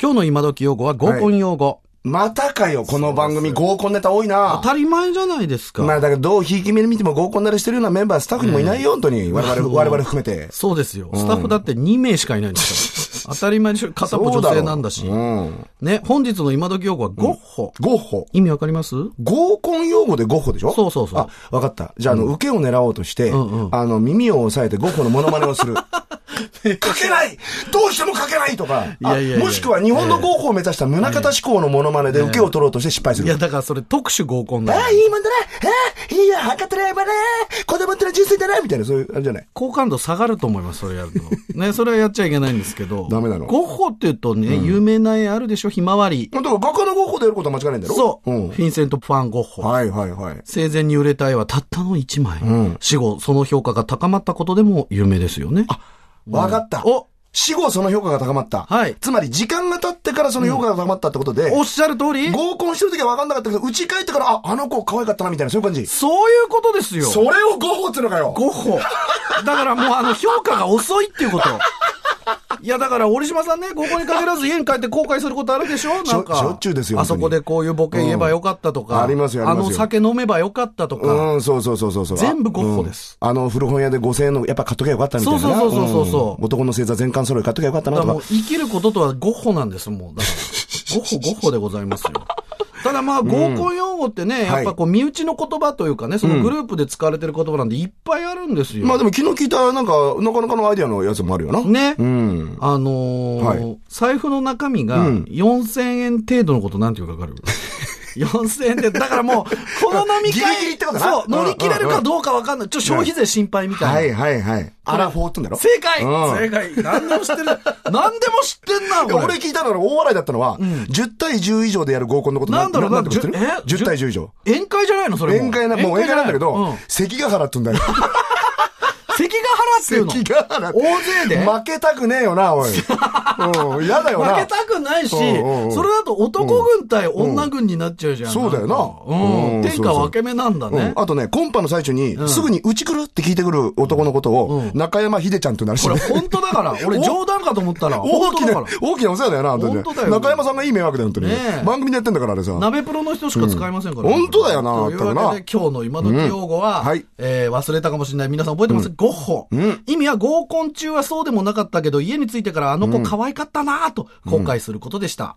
今日の今時用語は合コン用語。またかよ、この番組合コンネタ多いな当。たり前じゃないですか。まあだけど、どうひいき目に見ても合コン慣れしてるようなメンバー、スタッフにもいないよ、本当に。我々、我々含めて。そうですよ。スタッフだって2名しかいないん ですよ。当たり前でしょ。片っぽ女性なんだしう。ん。ね、本日の今時用語はゴッホ。ゴッホ。意味わかります合コン用語でゴッホでしょそうそうそうあ、わかった。じゃあ、あの、受けを狙おうとして、あの、耳を押さえてゴッホのモノマネを する。書けないどうしても書けないとか。あいやいやいやもしくは日本のゴッホを目指した宗方志向のモノマネで受けを取ろうとして失敗すいる。や、だからそれ特殊合コンだああ、いいもんだなああ、いいよ、博多だよ、まだ子供ってのは純粋だなみたいな、そういう、あれじゃない。好感度下がると思います、それやる と。ね、それはやっちゃいけないんですけど。ダメなのゴッホって言うとね、有名な絵あるでしょ、ひまわり。だから画家のゴッホでやることは間違いないんだろそう、うんフ。ィンセント・ファン・ゴッホ。はいはいはい。生前に売れた絵はたったの1枚。死後、その評価が高まったことでも有名ですよね。わかった。お死後その評価が高まった。はいつまり時間が経ってからその評価が高まったってことで、おっしゃる通り合コンしてる時は分かんなかったけど、家帰ってから、あ、あの子可愛かったなみたいな、そういう感じ。そういうことですよ。それをゴッホってのかよ。ゴッホ。だからもうあの評価が遅いっていうこと。いやだから、折島さんね、ここに限らず家に帰って後悔することあるでしょなんか。しょしょっちゅうですよあそこでこういうボケ言えばよかったとか。うんありますよありますよの酒飲めばよかったとか。うん、そうそうそうそうそう。全部ゴッホですうんあの、古本屋で5000円の、やっぱ買っときゃよかったみたいなな。そうそうそうそうそうん男の星座全巻揃い買っときゃよかったなだからともうか。生きることとはゴッホなんです、もう。だから。ゴッ ホ、ゴッホでございますよ。ただまあ、合コン用語ってね、やっぱこう、身内の言葉というかね、そのグループで使われてる言葉なんでいっぱいあるんですよ。まあでも昨日聞いた、なんか、なかなかのアイディアのやつもあるよな。ね。うん。あのーはい財布の中身が4000円程度のことなんていうかわか る4000円で、だからもう、この飲みギリ会、ギリってことなそう、うん乗り切れるかどうかわかんない。ちょ、消費税心配みたいな。はいはいはい。アラフォーってんだろ正解、うん正解何でも知ってる。何でも知ってんな、いやこれ。俺聞いたのが大笑いだったのは、10対10以上でやる合コンのことなんだろうななんてこと言ってるえ ?10 対10以上。宴会じゃないのそれも。宴会な、もう宴会なんだけ宴会じゃないどうん、関ヶ原って言うんだよ。関ヶ原っていうの関ヶ原って大勢で負けたくねえ よな、おい。うん、嫌だよな。負けたくないし、そうんうんうんれだと男軍対女軍になっちゃうじゃん。そうだよなうんうん天下分け目なんだうんね。あとね、コンパの最中に、すぐに、うち来るって聞いてくる男のことを、中山秀ちゃんってなるしこれ本当だから、俺冗談かと思ったら、大本き当だから。、な大きなお世話だよな、本本当当にだよ中山さんがいい迷惑だよ、本当にねえ。番組でやってんだから、あれさ。鍋プロの人しか使いませんから。うん本当だよなというわけで、今日の今時用語は、うんはいえー忘れたかもしれない。皆さん覚えてます、ゴッホ、意味は合コン中はそうでもなかったけど、家に着いてからあの子可愛かったなぁと後悔することでした。